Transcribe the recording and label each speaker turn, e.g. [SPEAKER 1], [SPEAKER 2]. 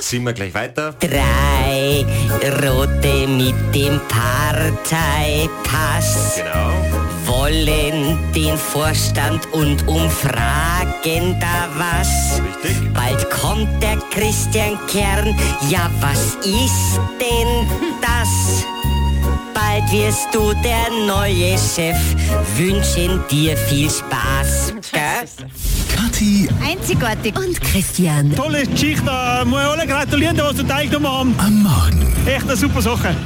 [SPEAKER 1] Ziehen wir gleich weiter.
[SPEAKER 2] Drei Rote mit dem Parteipass
[SPEAKER 1] Genau.
[SPEAKER 2] wollen den Vorstand und umfragen da was.
[SPEAKER 1] Richtig.
[SPEAKER 2] Bald kommt der Christian Kern, ja was ist denn das? Bald wirst du der neue Chef, wünschen dir viel Spaß. Gell?
[SPEAKER 3] Kathi
[SPEAKER 4] Einzigartig. Und Christian.
[SPEAKER 5] Äh, Tolle Geschichte, da muss ich alle gratulieren, was du teilgenommen haben.
[SPEAKER 3] am Morgen.
[SPEAKER 5] Echt eine super Sache.